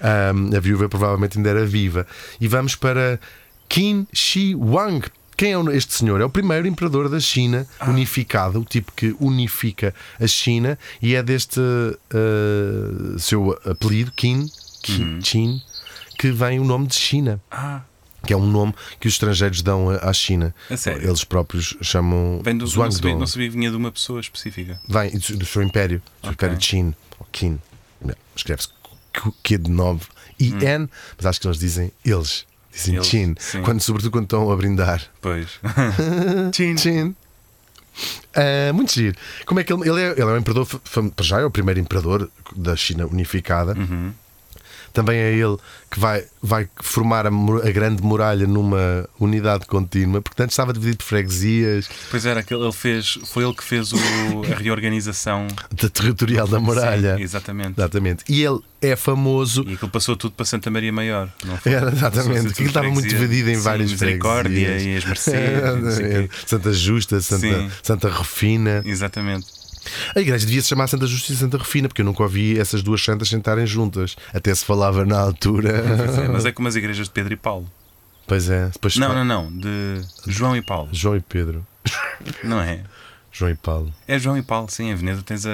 Speaker 2: Ahm, a viúva provavelmente ainda era viva. E vamos para Qin Shi Huang. Quem é o- este senhor? É o primeiro imperador da China
Speaker 1: Ah.
Speaker 2: unificada, o tipo que unifica a China e é deste eh, seu apelido Qin, Qin,
Speaker 1: Uhum.
Speaker 2: Qin, que vem o nome de China
Speaker 1: Ah,
Speaker 2: que é um nome que os estrangeiros dão à China.
Speaker 1: A sério?
Speaker 2: Eles próprios chamam
Speaker 1: vem do. Não sabia,
Speaker 2: Zhuangdong.
Speaker 1: não sabia, vinha de uma pessoa específica.
Speaker 2: Vem do, do seu império, do
Speaker 1: Ok.
Speaker 2: seu império de Qin, ou Qin. Escreve-se Q- Q de 9 e N, mas acho que eles dizem eles. Dizem
Speaker 1: Hum. Eles,
Speaker 2: Qin,
Speaker 1: sim.
Speaker 2: quando, sobretudo quando estão a brindar.
Speaker 1: Pois.
Speaker 2: Chin. Ah, muito giro. Como é que ele, ele, é, ele é um imperador, fa- fam- para já é o primeiro imperador da China unificada.
Speaker 1: Uhum.
Speaker 2: Também é ele que vai, vai formar a, mur- a grande muralha numa unidade contínua, porque antes estava dividido por freguesias
Speaker 1: Pois era, aquele, ele fez, foi ele que fez o- a reorganização.
Speaker 2: da territorial da muralha.
Speaker 1: Sim, exatamente.
Speaker 2: Exatamente. E ele é famoso.
Speaker 1: E aquilo passou tudo para Santa Maria Maior. Não foi?
Speaker 2: Era,
Speaker 1: Passou-se
Speaker 2: exatamente,
Speaker 1: tudo
Speaker 2: aquilo estava muito
Speaker 1: freguesia.
Speaker 2: dividido em
Speaker 1: Sim,
Speaker 2: várias
Speaker 1: Misericórdia
Speaker 2: freguesias.
Speaker 1: e as Mercedes. não sei o quê.
Speaker 2: Santa Justa, Santa,
Speaker 1: Sim.
Speaker 2: Santa Refina.
Speaker 1: Exatamente.
Speaker 2: A igreja devia se chamar Santa Justiça e Santa Refina, porque eu nunca ouvi essas duas santas sentarem juntas. Até se falava na altura.
Speaker 1: Pois é, mas é como as igrejas de Pedro e Paulo.
Speaker 2: Pois é, depois se
Speaker 1: Não,
Speaker 2: fala-
Speaker 1: não, não. De João e Paulo.
Speaker 2: João e Pedro.
Speaker 1: Não é?
Speaker 2: João e Paulo.
Speaker 1: É João e Paulo, sim. Em Veneza tens a,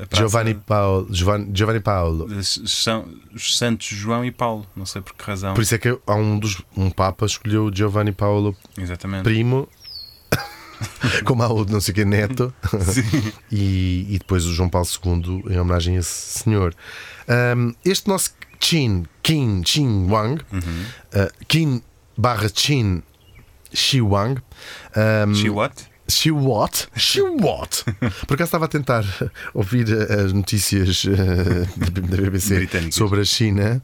Speaker 1: a praça
Speaker 2: Giovanni Paulo. Giovanni, Giovanni Paulo.
Speaker 1: de São, os Santos João e Paulo. Não sei por que razão.
Speaker 2: Por isso é que há um, dos, um Papa escolheu Giovanni Paulo
Speaker 1: Exatamente.
Speaker 2: Primo, como há outro não sei o que, Neto, e, e depois o João Paulo II em homenagem a esse senhor. Ahm, este nosso Qin, Qin, Qin Wang,
Speaker 1: Uhum.
Speaker 2: ah, Qin barra Qin Shi Wang, ahm,
Speaker 1: She what?
Speaker 2: She what? She what? Por acaso estava a tentar ouvir eh, as notícias eh, da B- da BBC
Speaker 1: Britânicas. Uhum.
Speaker 2: sobre a China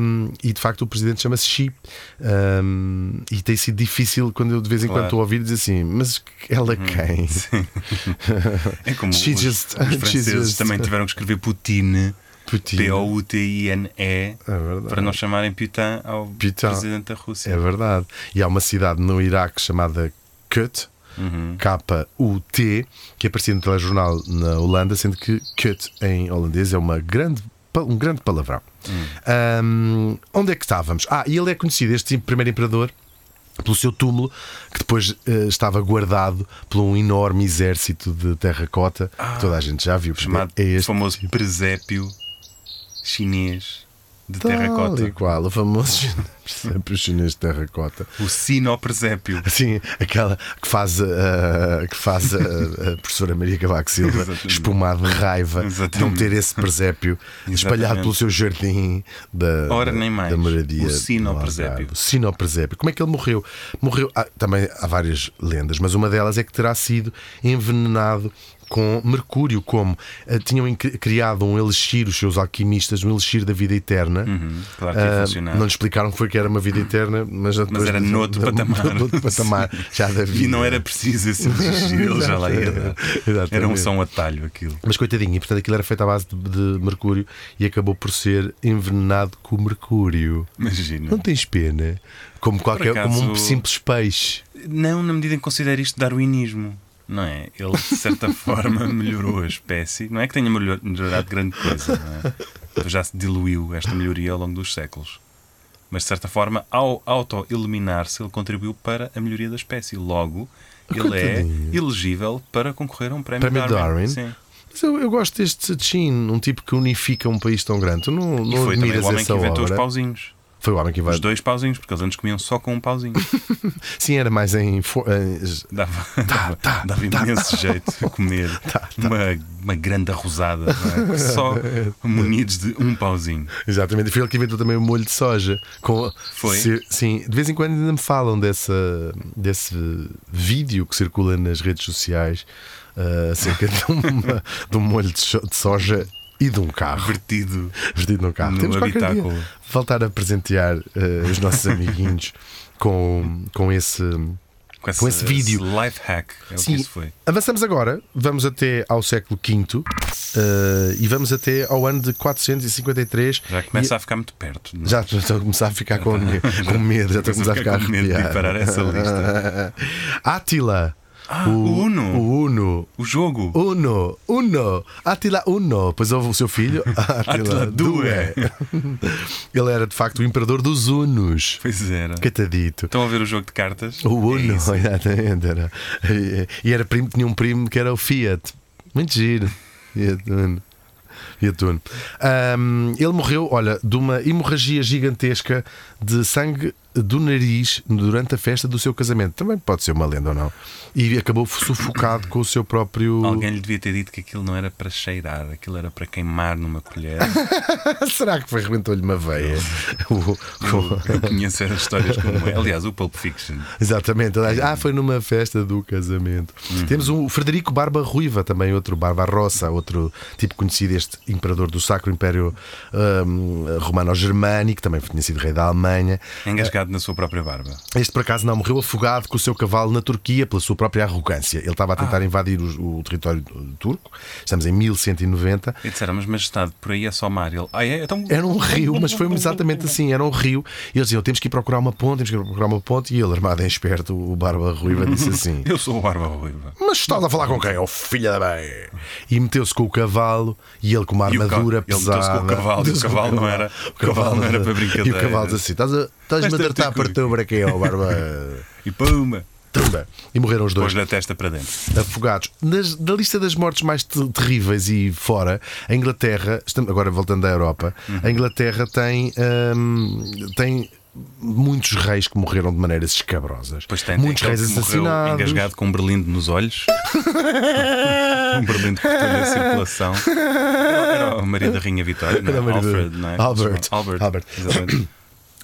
Speaker 2: um, e de facto o presidente chama-se Xi um, e tem sido difícil quando eu de vez em
Speaker 1: Claro. Uhum.
Speaker 2: quando estou a ouvir dizer assim, mas ela quem?
Speaker 1: É como
Speaker 2: She
Speaker 1: os,
Speaker 2: just-
Speaker 1: os
Speaker 2: she
Speaker 1: franceses
Speaker 2: just-
Speaker 1: também tiveram que escrever Putin.
Speaker 2: Putin.
Speaker 1: P-O-U-T-I-N-E
Speaker 2: É verdade.
Speaker 1: para não chamarem Putin ao
Speaker 2: Putin.
Speaker 1: presidente da Rússia.
Speaker 2: É verdade. E há uma cidade no Iraque chamada Kut,
Speaker 1: Uhum.
Speaker 2: K-U-T, que aparecia no telejornal na Holanda, sendo que Kut em holandês é uma grande, pa- um grande palavrão.
Speaker 1: Hum.
Speaker 2: Ahm, onde é que estávamos? Ah, e ele é conhecido, este primeiro imperador. Pelo seu túmulo, que depois eh, estava guardado por um enorme exército de terracota, que toda a gente já viu. porque
Speaker 1: Ah, chamado
Speaker 2: é este
Speaker 1: famoso presépio chinês de
Speaker 2: tal e
Speaker 1: terracota.
Speaker 2: qual, o famoso chinês- sempre o chinês de terracota.
Speaker 1: O sinopresépio.
Speaker 2: Sim, Assim, aquela que faz, ah, que faz ah, a, professora Maria Cavaco Silva
Speaker 1: Exatamente.
Speaker 2: espumar de raiva de não
Speaker 1: Exatamente.
Speaker 2: ter esse presépio espalhado
Speaker 1: Exatamente.
Speaker 2: pelo seu jardim da,
Speaker 1: Ora,
Speaker 2: da-
Speaker 1: nem mais.
Speaker 2: da moradia.
Speaker 1: O
Speaker 2: do
Speaker 1: sinopresépio.
Speaker 2: Algarve. O sinopresépio. Como é que ele morreu? Morreu. ah, também há várias lendas, mas uma delas é que terá sido envenenado. Com mercúrio, como ah, tinham em- criado um elixir, os seus alquimistas, um elixir da vida eterna,
Speaker 1: Uhum, claro que ia
Speaker 2: ah,
Speaker 1: funcionar.
Speaker 2: não lhe explicaram que foi que era uma vida eterna, mas, já depois-
Speaker 1: era noutro patamar.
Speaker 2: noutro patamar já da vida.
Speaker 1: E não era preciso esse elixir, ele já lá era.
Speaker 2: Exatamente.
Speaker 1: Era um só um atalho aquilo.
Speaker 2: Mas coitadinho, e portanto aquilo era feito à base de, de mercúrio e acabou por ser envenenado com mercúrio. Não
Speaker 1: Imagina.
Speaker 2: tens pena? Como, qualquer,
Speaker 1: acaso-
Speaker 2: como um simples peixe.
Speaker 1: Não na medida em que considero isto darwinismo. Não é? Ele, de certa forma, melhorou a espécie. Não é que tenha melhor- melhorado grande coisa, não é? Já se diluiu esta melhoria ao longo dos séculos. Mas, de certa forma, ao auto-eliminar-se, ele contribuiu para a melhoria da espécie. Logo, ele
Speaker 2: Coitadinho.
Speaker 1: é elegível para concorrer a um prémio,
Speaker 2: Prémio Darwin?
Speaker 1: Sim.
Speaker 2: Mas eu, eu gosto deste Chin, um tipo que unifica um país tão grande. Tu não,
Speaker 1: E
Speaker 2: não
Speaker 1: foi também
Speaker 2: admiras
Speaker 1: o homem que
Speaker 2: essa
Speaker 1: inventou os
Speaker 2: obra.
Speaker 1: pauzinhos.
Speaker 2: Foi o homem que vai.
Speaker 1: Os dois pauzinhos, porque eles antes comiam só com um pauzinho.
Speaker 2: Sim, era mais em. fo- eh,
Speaker 1: Dava, dava, dava imenso jeito a comer Uma, uma grande arrosada, não é? só munidos de um pauzinho.
Speaker 2: Exatamente, foi ele que inventou também o molho de soja. Com...
Speaker 1: Foi?
Speaker 2: Se- Sim, de vez em quando ainda me falam dessa, desse vídeo que circula nas redes sociais ah, acerca de, uma- de um molho de, so- de soja e de um carro.
Speaker 1: Vertido.
Speaker 2: Vestido num carro.
Speaker 1: No
Speaker 2: Temos qualquer dia
Speaker 1: habitáculo.
Speaker 2: voltar a presentear ah, os nossos amiguinhos com, com esse.
Speaker 1: Com esse,
Speaker 2: Com esse vídeo.
Speaker 1: life hack. É o que isso foi.
Speaker 2: avançamos agora, vamos até ao século V ah, e vamos até ao ano de 453.
Speaker 1: Já começa a ficar muito perto. não é?
Speaker 2: Já estou a começar a ficar com, com medo, já estou a começar a ficar
Speaker 1: com medo de
Speaker 2: arrepiado.
Speaker 1: parar essa lista.
Speaker 2: Átila.
Speaker 1: Ah, o Uno.
Speaker 2: O Uno.
Speaker 1: O jogo.
Speaker 2: Uno, Uno, Átila Uno. Pois houve o seu filho, Átila
Speaker 1: Átila
Speaker 2: Due.
Speaker 1: Due.
Speaker 2: Ele era de facto o imperador dos Unos.
Speaker 1: Pois era.
Speaker 2: Catadito.
Speaker 1: Estão a ver o jogo de cartas?
Speaker 2: O Uno,
Speaker 1: É isso.
Speaker 2: exatamente. Era. E- E era primo, tinha um primo que era o Fiat. Muito giro. Fiat Uno. Fiat Uno. Ahm, ele morreu, olha, de uma hemorragia gigantesca de sangue do nariz durante a festa do seu casamento. Também pode ser uma lenda ou não. E acabou sufocado com o seu próprio.
Speaker 1: Alguém lhe devia ter dito que aquilo não era para cheirar, aquilo era para queimar numa colher.
Speaker 2: Será que foi rebentou-lhe uma veia? O- o-
Speaker 1: Eu conheço essas histórias como é. Aliás, o Pulp Fiction.
Speaker 2: Exatamente. Ah, foi numa festa do casamento. Temos um, o Frederico Barba Ruiva, também outro Barba Rossa, outro tipo conhecido, este imperador do Sacro Império hum, Romano-Germânico, também tinha sido rei da Alemanha.
Speaker 1: Engasgado na sua própria barba.
Speaker 2: Este, por acaso, não morreu afogado com o seu cavalo na Turquia pela sua própria arrogância. Ele estava a tentar invadir o, o território turco. Estamos em 1190.
Speaker 1: E disseram, mas majestade, por aí é só mar. Ele, ah, é? Então.
Speaker 2: Era um rio, mas foi exatamente assim, era um rio. E eles diziam, temos que ir procurar uma ponte, temos que ir procurar uma ponte. E ele, armado em esperto, o Barba Ruiva disse assim...
Speaker 1: Eu sou o Barba Ruiva.
Speaker 2: Mas estás a falar com quem? Oh filha da bem! E meteu-se com o cavalo e ele com uma
Speaker 1: E o ca-
Speaker 2: armadura
Speaker 1: ele meteu-se com o
Speaker 2: pesada.
Speaker 1: cavalo, e o
Speaker 2: Meteu-se com
Speaker 1: cavalo não era- o cavalo não era para
Speaker 2: E o
Speaker 1: brincadeiras.
Speaker 2: cavalo diz assim: estás a- estás-me a
Speaker 1: Mas
Speaker 2: tratar
Speaker 1: tem
Speaker 2: para
Speaker 1: cu.
Speaker 2: teu braquê, ó barba.
Speaker 1: E puma!
Speaker 2: Tumba. E morreram os dois
Speaker 1: Pôs na testa para dentro.
Speaker 2: afogados. Nas- na lista das mortes mais te- terríveis e fora, a Inglaterra, estamos- agora voltando à Europa, a Inglaterra tem, hum, tem muitos reis que morreram de maneiras escabrosas.
Speaker 1: Pois tem, tem
Speaker 2: muitos
Speaker 1: aquele
Speaker 2: reis
Speaker 1: que morreu
Speaker 2: assassinados.
Speaker 1: Engasgado com um berlindo nos olhos. um berlindo que cortou a circulação. Era, era o marido da Rainha Vitória, não é?
Speaker 2: Era o marido-
Speaker 1: Alfred, não é?
Speaker 2: Albert.
Speaker 1: Albert.
Speaker 2: Albert.
Speaker 1: Exatamente.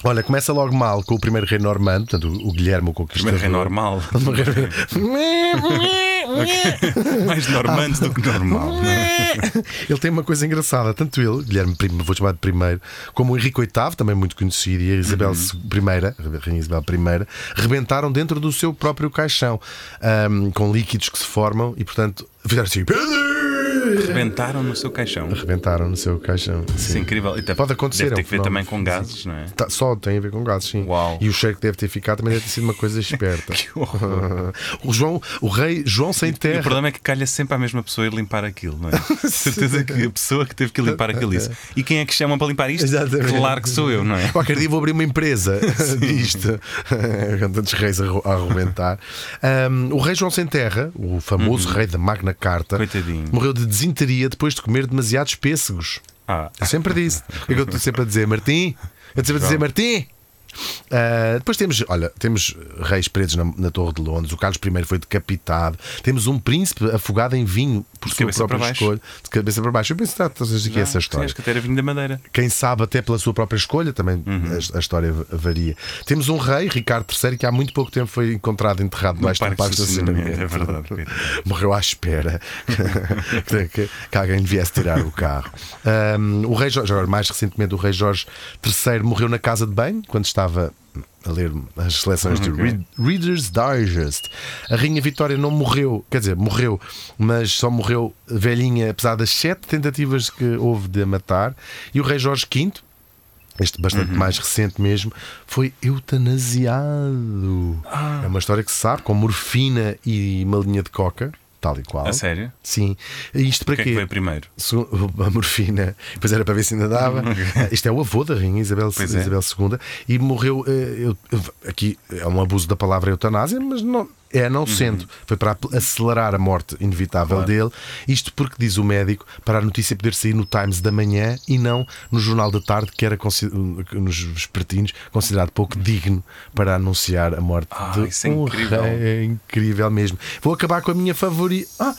Speaker 2: Olha, começa logo mal com o primeiro rei normando, portanto, o o Guilherme o Conquistador.
Speaker 1: Primeiro rei normal.
Speaker 2: Primeiro rei-
Speaker 1: Mais normante do que normal. não é?
Speaker 2: ele tem uma coisa engraçada, tanto ele, Guilherme I, vou chamar de primeiro, como o Henrique VIII, também muito conhecido, e a
Speaker 1: Uhum.
Speaker 2: Isabel I, a Rainha Isabel I, rebentaram dentro do seu próprio caixão, ahm, com líquidos que se formam e, portanto, fizeram assim.
Speaker 1: Rebentaram no seu caixão.
Speaker 2: Rebentaram no seu caixão.
Speaker 1: Isso é incrível. E deve-
Speaker 2: Pode acontecer,
Speaker 1: Deve
Speaker 2: é
Speaker 1: ter
Speaker 2: um
Speaker 1: que ver também com gases, não é?
Speaker 2: Tá- só tem a ver com gases, sim.
Speaker 1: Uau.
Speaker 2: E o cheiro que deve ter ficado também deve ter sido uma coisa esperta.
Speaker 1: Que horror.
Speaker 2: o, João, o rei João Sem
Speaker 1: E o
Speaker 2: Terra.
Speaker 1: problema é que calha sempre à mesma pessoa ir limpar aquilo, não é? De Certeza que a pessoa que teve que limpar aquilo disse. E quem é que chama para limpar isto?
Speaker 2: Exatamente.
Speaker 1: Claro que sou eu, não é?
Speaker 2: Qualquer dia vou abrir uma empresa disto. Com tantos reis a, arro- a arrebentar. Um, o rei João Sem Terra, o famoso rei da Magna Carta,
Speaker 1: Uhum. Coitadinho.
Speaker 2: morreu de desinteria depois de comer demasiados pêssegos.
Speaker 1: Ah,
Speaker 2: Eu sempre disse. É que eu estou sempre a dizer, Martim. Eu estou sempre a dizer, Martim. Ah, depois temos, olha, temos reis presos na, na Torre de Londres. O Carlos I foi decapitado. Temos um príncipe afogado em vinho por sua
Speaker 1: cabeça
Speaker 2: própria
Speaker 1: para baixo.
Speaker 2: escolha, de cabeça para baixo. Eu penso que está- vocês aqui essa história.
Speaker 1: Tinhas que ter a vinho da madeira.
Speaker 2: Quem sabe até pela sua própria escolha, também a, a história varia. Temos um rei, Ricardo III, que há muito pouco tempo foi encontrado enterrado debaixo do parque de estacionamento.
Speaker 1: É verdade. Pedro.
Speaker 2: Morreu à espera que, que- que alguém lhe viesse tirar o carro. Um, o rei Jorge, agora, mais recentemente, o rei Jorge III morreu na casa de banho quando estava a ler as seleções do Read- Reader's Digest. A Rainha Vitória não morreu, quer dizer, morreu, mas só morreu velhinha, apesar das sete tentativas que houve de a matar. E o rei Jorge V. Este bastante
Speaker 1: Uhum.
Speaker 2: mais recente mesmo, foi eutanasiado.
Speaker 1: Ah.
Speaker 2: É uma história que se sabe, com morfina e uma linha de coca, tal e qual.
Speaker 1: A sério?
Speaker 2: Sim. E Isto para
Speaker 1: O que é
Speaker 2: quê?
Speaker 1: que foi primeiro?
Speaker 2: Segu- A morfina, depois era para ver se ainda dava. Ah, Isto é o avô da Rainha Isabel,
Speaker 1: Pois é.
Speaker 2: Isabel II e morreu. eh, eu- eu- aqui é um abuso da palavra eutanásia, mas não, É, não sendo.
Speaker 1: Uhum.
Speaker 2: Foi para acelerar a morte inevitável dele. Isto porque, diz o médico, para a notícia poder sair no Times da manhã e não no Jornal da Tarde, que era consi- nos vespertinos, considerado pouco digno para anunciar a morte
Speaker 1: Ah,
Speaker 2: de
Speaker 1: isso é
Speaker 2: um
Speaker 1: incrível.
Speaker 2: rei. É incrível mesmo. Vou acabar com a minha favorita. Ah,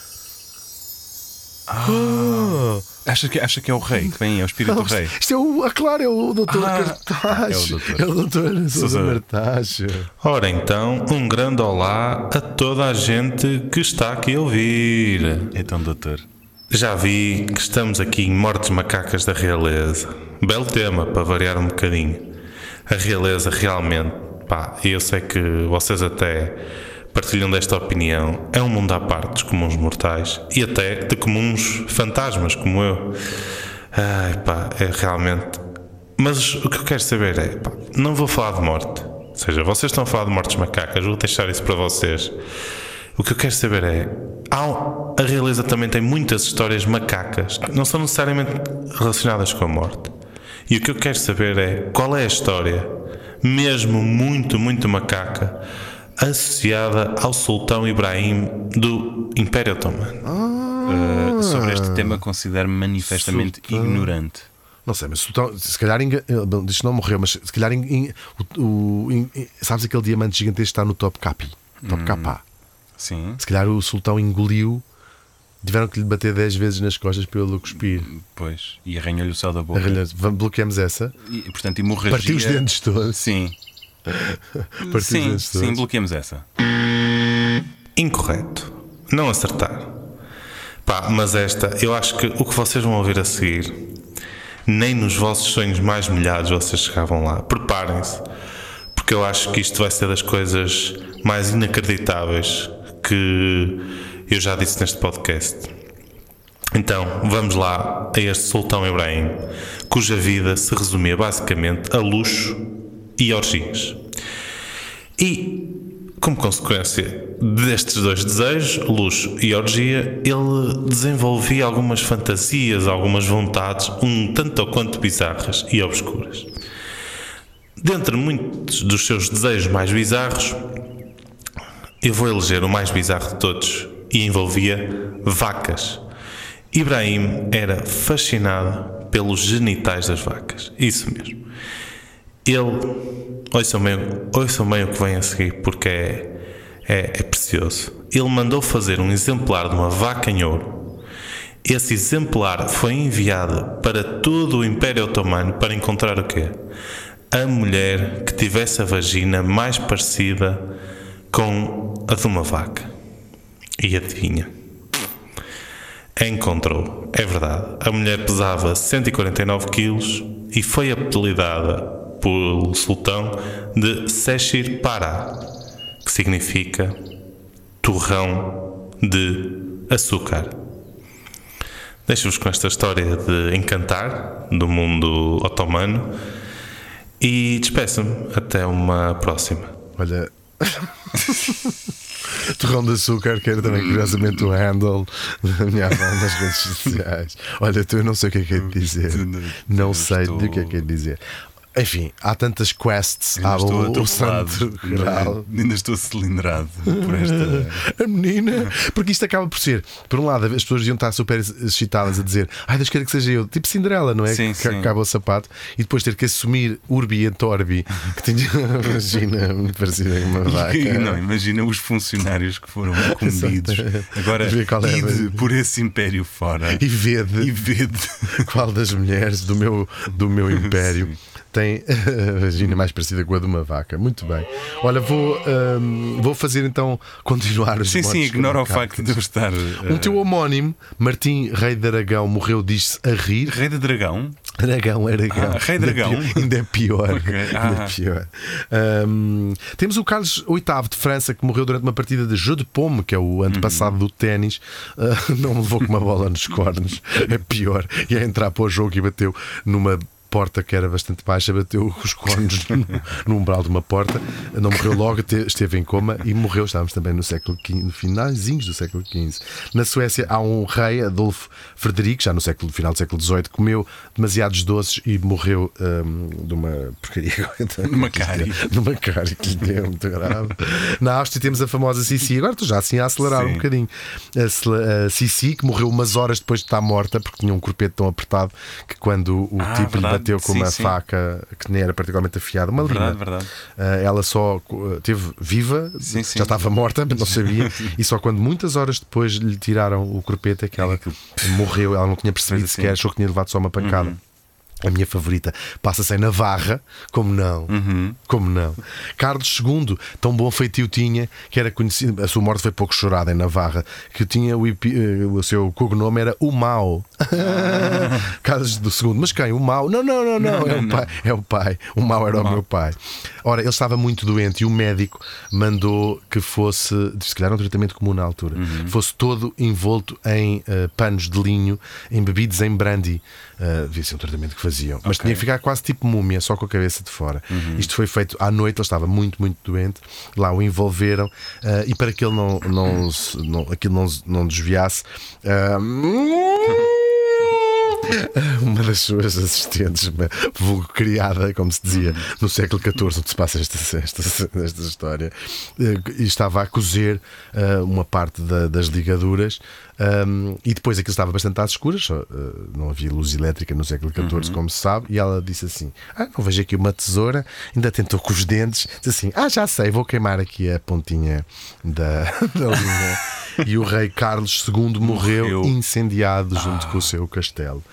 Speaker 1: Acha que, acha que é o rei que vem aí, é o Ah, espírito do rei.
Speaker 2: isto é o, ah, claro, é o doutor
Speaker 1: Ah, é
Speaker 2: Cartacho.
Speaker 1: o Dr.
Speaker 2: É o doutor Sousa
Speaker 1: Sousa.
Speaker 2: Cartacho.
Speaker 4: Ora então, um grande olá a toda a gente que está aqui a ouvir.
Speaker 1: Então, doutor.
Speaker 4: Já vi que estamos aqui em Mortes Macacas da Realeza. Belo tema para variar um bocadinho. A realeza realmente, pá, eu sei que vocês até partilham desta opinião, é um mundo à parte dos comuns mortais e até de comuns fantasmas como eu. Ai pá, é realmente. Mas o que eu quero saber é, pá, não vou falar de morte. Ou seja, vocês estão a falar de mortes macacas, vou deixar isso para vocês. O que eu quero saber é. há um- a realeza também tem muitas histórias macacas que não são necessariamente relacionadas com a morte. E o que eu quero saber é qual é a história, mesmo muito, muito macaca, associada ao sultão Ibrahim do Império Otomano.
Speaker 1: Uh, sobre este
Speaker 2: Ah.
Speaker 1: tema, considero-me manifestamente ignorante.
Speaker 2: Não sei, mas o Sultão- se calhar enga- eh, bom, diz que não morreu, mas se calhar en- en- o- o- en- en- sabes aquele diamante gigantesco que está no top capi,
Speaker 1: Hum.
Speaker 2: top capa.
Speaker 1: Sim.
Speaker 2: Se calhar o sultão engoliu, tiveram que lhe bater 10 vezes nas costas para ele o cuspir.
Speaker 1: Pois. E arranhou-lhe o céu da boca.
Speaker 2: Arranhou- vam- Bloqueamos essa.
Speaker 1: E, portanto, hemorragia.
Speaker 2: Partiu os dentes todos.
Speaker 1: Sim.
Speaker 2: Partiu os
Speaker 1: sim,
Speaker 2: dentes
Speaker 1: sim,
Speaker 2: todos.
Speaker 1: bloqueamos essa.
Speaker 4: Incorreto. Não acertar. Pá, mas esta, eu acho que o que vocês vão ouvir a seguir, nem nos vossos sonhos mais molhados vocês chegavam lá. Preparem-se, porque eu acho que isto vai ser das coisas mais inacreditáveis que eu já disse neste podcast. Então, vamos lá a este sultão Ibrahim, cuja vida se resumia basicamente a luxo e orgias. E, como consequência destes dois desejos, luxo e orgia, ele desenvolvia algumas fantasias, algumas vontades, um tanto ou quanto bizarras e obscuras. Dentre muitos dos seus desejos mais bizarros, eu vou eleger o mais bizarro de todos e envolvia vacas. Ibrahim era fascinado pelos genitais das vacas. Isso mesmo. Ele. Ouçam bem, ouçam bem o que vem a seguir, porque é, é, é precioso. Ele mandou fazer um exemplar de uma vaca em ouro. Esse exemplar foi enviado para todo o Império Otomano para encontrar o quê? A mulher que tivesse a vagina mais parecida com a de uma vaca. E adivinha? Encontrou, é verdade. A mulher pesava 149 quilos e foi apelidada pelo sultão de Seshir Pará, que significa torrão de açúcar. Deixo-vos com esta história de encantar do mundo otomano e despeço-me. Até uma próxima.
Speaker 2: Olha. Torrão de açúcar, que era também
Speaker 1: Hum.
Speaker 2: curiosamente o handle da minha avó nas redes sociais. Olha, tu eu não sei o que é que é de dizer.
Speaker 1: Tu não- tu
Speaker 2: Não
Speaker 1: não
Speaker 2: sei
Speaker 1: estou-
Speaker 2: do que é que é de dizer. Enfim, há tantas quests,
Speaker 1: Ainda
Speaker 2: há
Speaker 1: estou
Speaker 2: Ah, o, o
Speaker 1: atropelado. é?
Speaker 2: santo grau.
Speaker 1: Ainda, ainda estou cilindrado por esta.
Speaker 2: A menina, porque isto acaba por ser, por um lado, as pessoas deviam estar super excitadas a dizer, ai, Deus queira que seja eu, tipo Cinderela, não é?
Speaker 1: Sim,
Speaker 2: que
Speaker 1: sim.
Speaker 2: acaba o sapato e depois ter que assumir Urbi e Torbi, que tinha a vagina muito parecida com uma vaca.
Speaker 1: Não, imagina os funcionários que foram incumbidos agora
Speaker 2: Ver qual é a
Speaker 1: ide
Speaker 2: vez.
Speaker 1: por esse império fora
Speaker 2: E vê de
Speaker 1: e vede.
Speaker 2: qual das mulheres do meu, do meu império tem a vagina mais parecida com a de uma vaca. Muito bem. Olha, vou, hum, vou fazer então continuar os
Speaker 1: Sim, sim,
Speaker 2: motes
Speaker 1: ignora o
Speaker 2: com Hum. a
Speaker 1: facto de eu estar.
Speaker 2: O
Speaker 1: eh,
Speaker 2: teu homónimo, Martim Rei de Aragão, morreu, diz-se, a rir.
Speaker 1: Rei de Dragão?
Speaker 2: Aragão, Aragão.
Speaker 1: Ah, Rei
Speaker 2: Ainda
Speaker 1: Dragão.
Speaker 2: é pior- Ainda é pior.
Speaker 1: Ok,
Speaker 2: Ainda é
Speaker 1: ah.
Speaker 2: pior. Hum, temos o Carlos VIII de França que morreu durante uma partida de jeu de pomme, que é o
Speaker 1: Uhum.
Speaker 2: antepassado do ténis. Ah, não levou com uma bola nos cornos. É pior. Ia entrar para o jogo e bateu numa. porta que era bastante baixa, bateu os cones no, no umbral de uma porta, não morreu logo, te- esteve em coma e morreu. Estávamos também no século XV, no finalzinhos do século XV. Na Suécia há um rei, Adolfo Frederico, já no século, final do século XVIII, comeu demasiados doces e morreu hum, de uma porcaria.
Speaker 1: Numa cárie.
Speaker 2: Numa cárie que lhe deu, muito grave. Na Áustria temos a famosa Sissi. Agora estou já assim a acelerar
Speaker 1: Sim.
Speaker 2: um bocadinho. A, Sla- a Sissi, que morreu umas horas depois de estar morta, porque tinha um corpete tão apertado que quando o
Speaker 1: Ah,
Speaker 2: tipo
Speaker 1: verdade.
Speaker 2: lhe bateu com
Speaker 1: Sim,
Speaker 2: uma
Speaker 1: sim.
Speaker 2: faca que nem era particularmente afiada, uma
Speaker 1: Verdade,
Speaker 2: lina.
Speaker 1: verdade.
Speaker 2: Ah, ela só co- teve viva,
Speaker 1: Sim, sim.
Speaker 2: já estava morta, mas não sabia. e só quando muitas horas depois lhe tiraram o corpete é que ela morreu. Ela não tinha percebido
Speaker 1: Fez assim.
Speaker 2: sequer, achou que tinha levado só uma pancada. A minha favorita passa-se em Navarra, como não? Como não? Carlos II, tão bom feitio tinha, que era conhecido, a sua morte foi pouco chorada em Navarra, que tinha o, epi- eh, o seu cognome era o Mau. Carlos II, mas quem? O Mau? Não, não, não, Ah. não, é, o pai, é o pai. O Mau era o meu pai. Ora, ele estava muito doente e o médico mandou que fosse, se calhar era um tratamento comum na altura, fosse todo envolto em eh, panos de linho, embebidos em brandy. Eh, devia ser um tratamento que faziam. Mas tinha que ficar quase tipo múmia, só com a cabeça de fora. Isto foi feito à noite, ele estava muito, muito doente. Lá o envolveram eh, e para que ele não, não, se- não, aquilo não, se- não desviasse. eh, ah, uma das suas assistentes, uma vulgo criada, como se dizia, no século XIV, onde se passa esta, esta, esta história, eh, e estava a cozer eh, uma parte da- das ligaduras ahm, e depois aquilo estava bastante às escuras, só, eh, não havia luz elétrica no século XIV, como se sabe, e ela disse assim: Ah, não vejo aqui uma tesoura, ainda tentou com os dentes, disse assim: Ah, já sei, vou queimar aqui a pontinha da, da linha. E o rei Carlos II morreu,
Speaker 1: Morreu.
Speaker 2: incendiado junto com o seu castelo.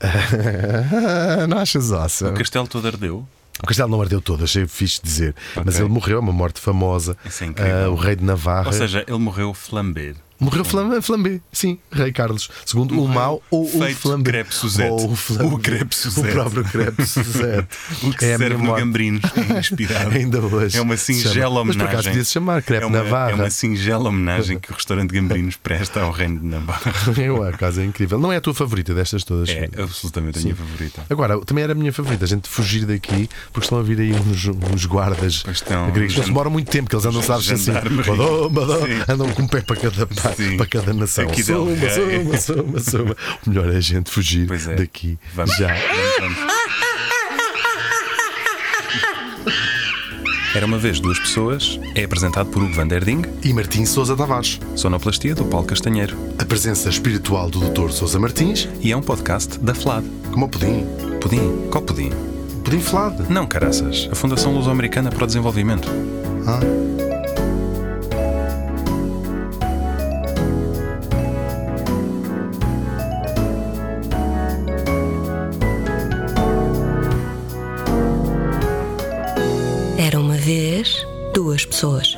Speaker 2: não achas awesome?
Speaker 1: O castelo todo ardeu.
Speaker 2: O castelo não ardeu todo, achei fixe dizer. Mas ele morreu, é uma morte famosa.
Speaker 1: Isso é incrível.
Speaker 2: Ah, o rei de Navarra.
Speaker 1: Ou seja, um ele morreu flambé.
Speaker 2: morreu flam- flambé. Sim, rei Carlos. Segundo o mau ou o
Speaker 1: Feito
Speaker 2: flambé.
Speaker 1: crepe Suzette.
Speaker 2: Ou o flambé.
Speaker 1: O crepe Suzette.
Speaker 2: O próprio crepe Suzette.
Speaker 1: O que
Speaker 2: é a
Speaker 1: se serve
Speaker 2: minha
Speaker 1: no
Speaker 2: morte.
Speaker 1: Gambrinos, é inspirado.
Speaker 2: Ainda hoje.
Speaker 1: É uma
Speaker 2: se chama.
Speaker 1: singela
Speaker 2: Mas
Speaker 1: homenagem.
Speaker 2: por acaso podia-se chamar crepe
Speaker 1: é uma,
Speaker 2: Navarra.
Speaker 1: É uma singela homenagem que o restaurante Gambrinos presta ao reino de Navarra.
Speaker 2: Eu, a casa é incrível. Não é a tua favorita destas todas?
Speaker 1: É absolutamente a minha favorita.
Speaker 2: Agora, também era a minha favorita, a gente fugir daqui, porque estão a vir aí uns, uns guardas
Speaker 1: Pois estão.
Speaker 2: gregos. Eles
Speaker 1: Gen-
Speaker 2: demoram muito tempo, que eles andam, sabes, assim,
Speaker 1: gendarmes.
Speaker 2: badô, badô,
Speaker 1: Sim.
Speaker 2: andam com um pé para cada, pa-
Speaker 1: Sim.
Speaker 2: para cada nação.
Speaker 1: Aqui del
Speaker 2: soma,
Speaker 1: Rey.
Speaker 2: soma, soma, soma. O melhor é a gente fugir
Speaker 1: Pois é.
Speaker 2: daqui
Speaker 1: Vamos.
Speaker 2: já.
Speaker 1: Vamos, vamos. Era uma vez duas pessoas é apresentado por Hugo van der Ding,
Speaker 2: E Martim Sousa Tavares,
Speaker 1: sonoplastia do Paulo Castanheiro
Speaker 2: a presença espiritual do Dr. Sousa Martins,
Speaker 1: e é um podcast da FLAD.
Speaker 2: como o pudim,
Speaker 1: Pudim? Qual pudim?
Speaker 2: pudim flado.
Speaker 1: Não, caraças. A Fundação Luso-Americana para o Desenvolvimento.
Speaker 2: Ah.
Speaker 3: Era uma vez duas pessoas,